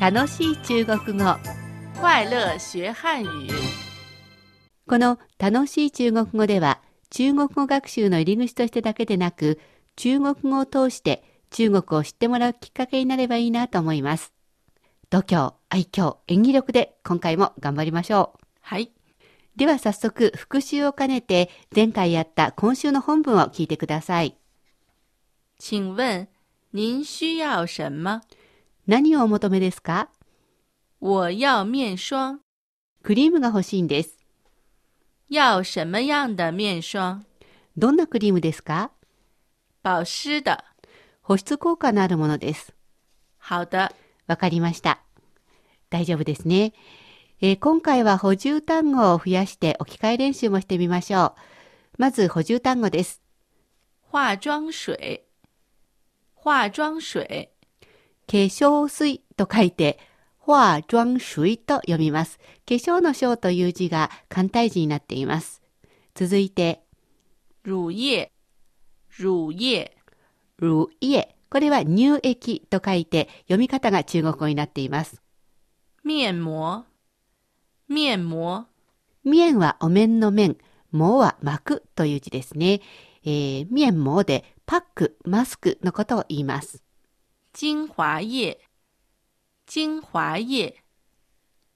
楽しい中国語快乐学汉语。この楽しい中国語では中国語学習の入り口としてだけでなく中国語を通して中国を知ってもらうきっかけになればいいなと思います度胸、愛嬌、演技力で今回も頑張りましょはい。うでは早速復習を兼ねて前回やった今週の本文を聞いてください请问您需要什么？何をお求めですか我要面霜，クリームが欲しいんです要什么样的面霜？どんなクリームですか保湿的。保湿効果のあるものです好的，わかりました。大丈夫ですね。えー今回は補充単語を増やして置き換え練習もしてみましょう。まず補充単語です。化妆水，化妆水，化粧水と書いて、化妆水と読みます。化粧の章という字が簡体字になっています。続いて、乳液，乳液，乳液。これは乳液と書いて、読み方が中国語になっています。面膜，面膜，面はお面の面、網は膜という字ですね。えー、面網でパック、マスクのことを言います。精华液，精华液，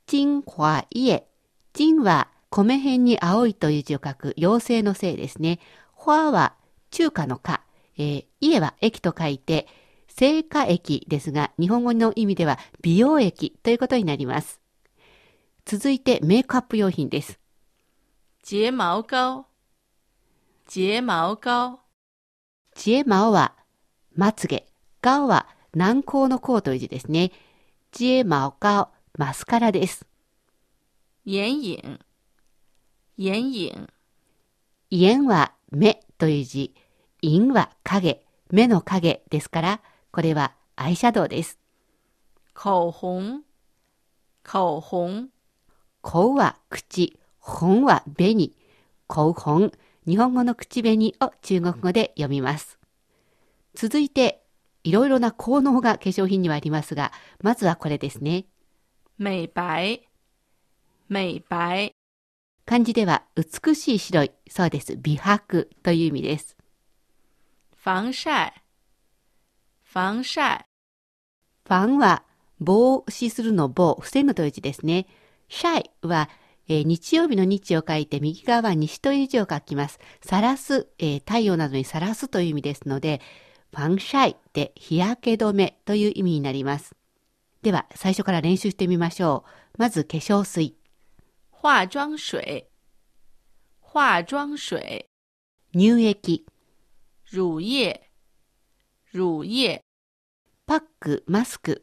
金華家。金は米辺に青いという字を書く妖精のせいですね。花は中華の花。えー家は駅と書いて、聖火駅ですが、日本語の意味では美容液ということになります。続いてメイクアップ用品です。睫毛膏，睫毛膏，知恵魔王は、まつげ。顔は、軟膏の膏という字ですね。知恵魔王顔、マスカラです。眼影，眼影。円は、目という字。陰は、影。目の影ですから、これは、アイシャドウです。口红，口红，口は、口。本は、紅。口本。日本語の口紅を中国語で読みます。続いて、いろいろな効能が化粧品にはありますが、まずはこれですね。美白，美白，漢字では美しい白い、そうです。美白という意味です。防晒，防晒，ファンは防止するの防、防ぐという字ですね。シャイは、えー日曜日の日を書いて右側は西という字を書きます。さらす、えー太陽などにさらすという意味ですので、ファンシャイで日焼け止めという意味になります。では、最初から練習してみましょう。まず化粧水。化妆水，化妆水，乳液、乳液，乳液，パック、マスク、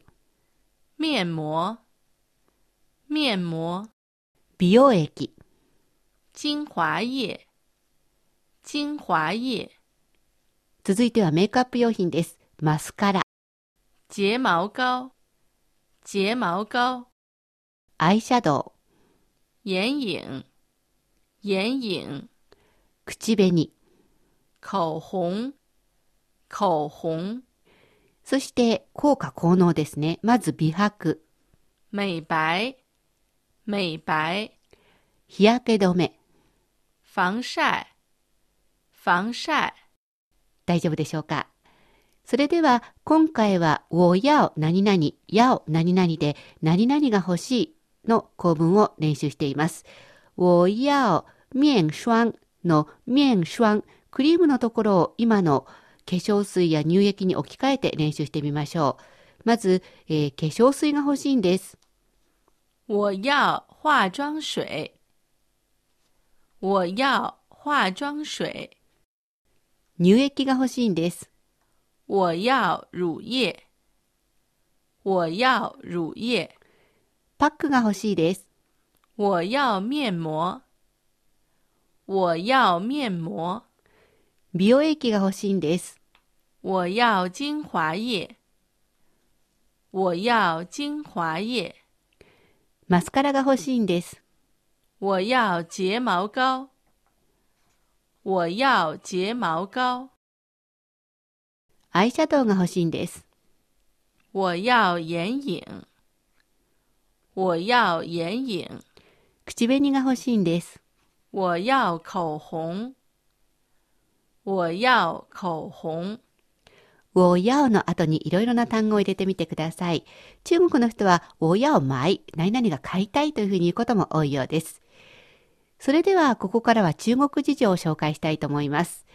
面膜，面膜，美容液、精华液，精华液，続いてはメイクアップ用品です。マスカラ、睫毛膏，睫毛膏，アイシャドウ、眼影，眼影。口紅、口红，口红，そして効果効能ですね。まず美白、美白，美白，日焼け止め、防晒，防晒，大丈夫でしょうかそれでは今回は、おやを何々、やを何々で、何々が欲しいの構文を練習しています。おやを面霜の面霜、クリームのところを今の化粧水や乳液に置き換えて練習してみましょう。まず、えー化粧水が欲しいんです。我要化妆水，我要化妆水，乳液が欲しいんです。我要乳液，我要乳液，パックが欲しいです。我要面膜，我要面膜，美容液が欲しいんです。我要精华液，我要精华液。マスカラが欲しいんです。我要睫毛膏，我要睫毛膏，アイシャドウが欲しいんです。我要眼影，我要眼影，口紅が欲しいんです。我要口红，我要口红。おやおの後にいろいろな単語を入れてみてください。中国の人は、おやをまい、何々が買いたいというふうに言うことも多いようです。それでは、ここからは中国事情を紹介したいと思います。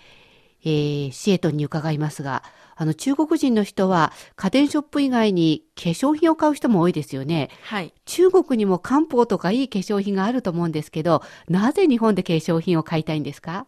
えー、シエトンに伺いますが、あの、中国人の人は、家電ショップ以外に化粧品を買う人も多いですよね。はい。中国にも漢方とかいい化粧品があると思うんですけど、なぜ日本で化粧品を買いたいんですか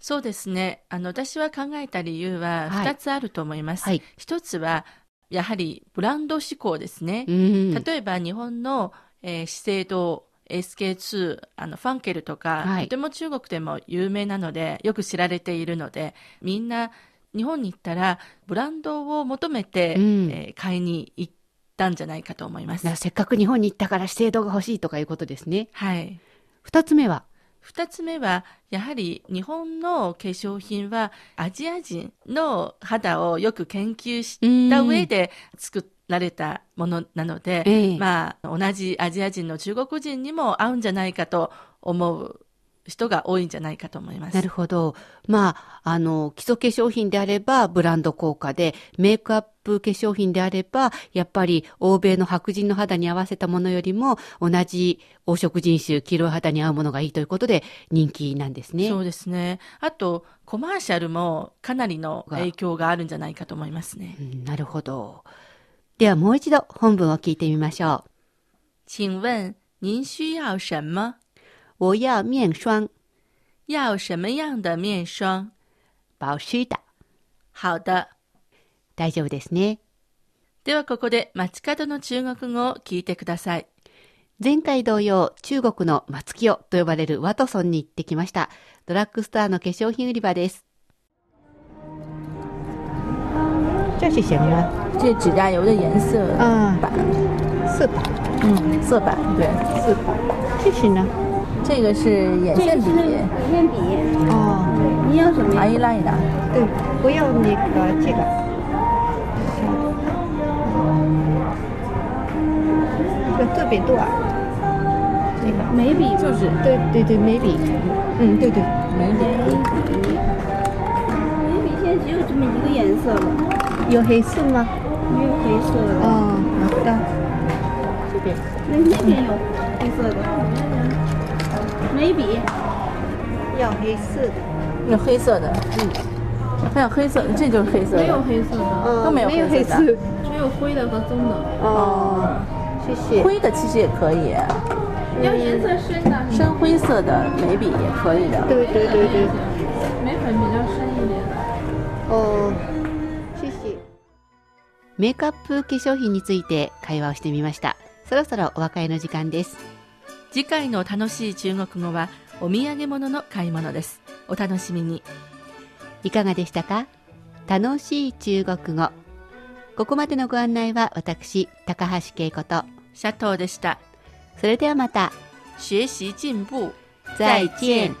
そうですね。あの、私は考えた理由ははい2つあると思います。はい。 1つは、やはりブランド志向ですね。うん。例えば日本の、えー資生堂 SK2 あのファンケルとか、はいとても中国でも有名なのでよく知られているのでみんな日本に行ったらブランドを求めて、うんえー買いに行ったんじゃないかと思いますな。せっかく日本に行ったから資生堂が欲しいとかいうことですね。はい、二つ目は、 2つ目はやはり日本の化粧品はアジア人の肌をよく研究しだた上で作られたものなので、ええまあ、同じアジア人の中国人にも合うんじゃないかと思う人が多いんじゃないかと思います。なるほど。まあ、あの、基礎化粧品であればブランド効果で、メイクアップ化粧品であれば、やっぱり欧米の白人の肌に合わせたものよりも、同じ黄色人種、黄色い肌に合うものがいいということで人気なんですね。そうですね。あと、コマーシャルもかなりの影響があるんじゃないかと思いますねう。んなるほど。ではもう一度本文を聞いてみましょ请问您需要什う。么？我要面霜、要什么样的面霜？保湿だ。好的。大丈夫ですね。ではここで街角の中国語を聞いてください。前回同様、中国の松清と呼ばれるワトソンに行ってきました。ドラッグストアの化粧品売り場です。这是什么？这指甲油的颜色嗯，板，四板，嗯，色板对。四板。这是呢？这个是眼线笔，铅笔，哦，你要什么呀？阿依拉依拉。对，不要那个这个。这个特别多啊，这个眉笔吗？就是对对对，眉笔，嗯，对对，眉笔，眉笔现在只有这么一个颜色了，有黑色吗？没有黑色的。哦，好的，那那边有黑色的。眉笔，要黑色的，有黑色的，嗯，还有黑色，这就是黑色的，黑色的，哦都没有没有黑黑色色，只有灰的和棕的。哦，谢谢。灰的其实也可以，你要颜色深的，深灰色的眉笔也可以的。对对对对，眉粉比较深一点。哦，谢谢。メイクアップ化粧品について会話をしてみました。そろそろお別れの時間です。次回の楽しい中国語はお土産物の買い物です。お楽しみに。いかがでしたか楽しい中国語。ここまでのご案内は私、高橋恵子と。シャトーでした。それではまた。学習進步。再见。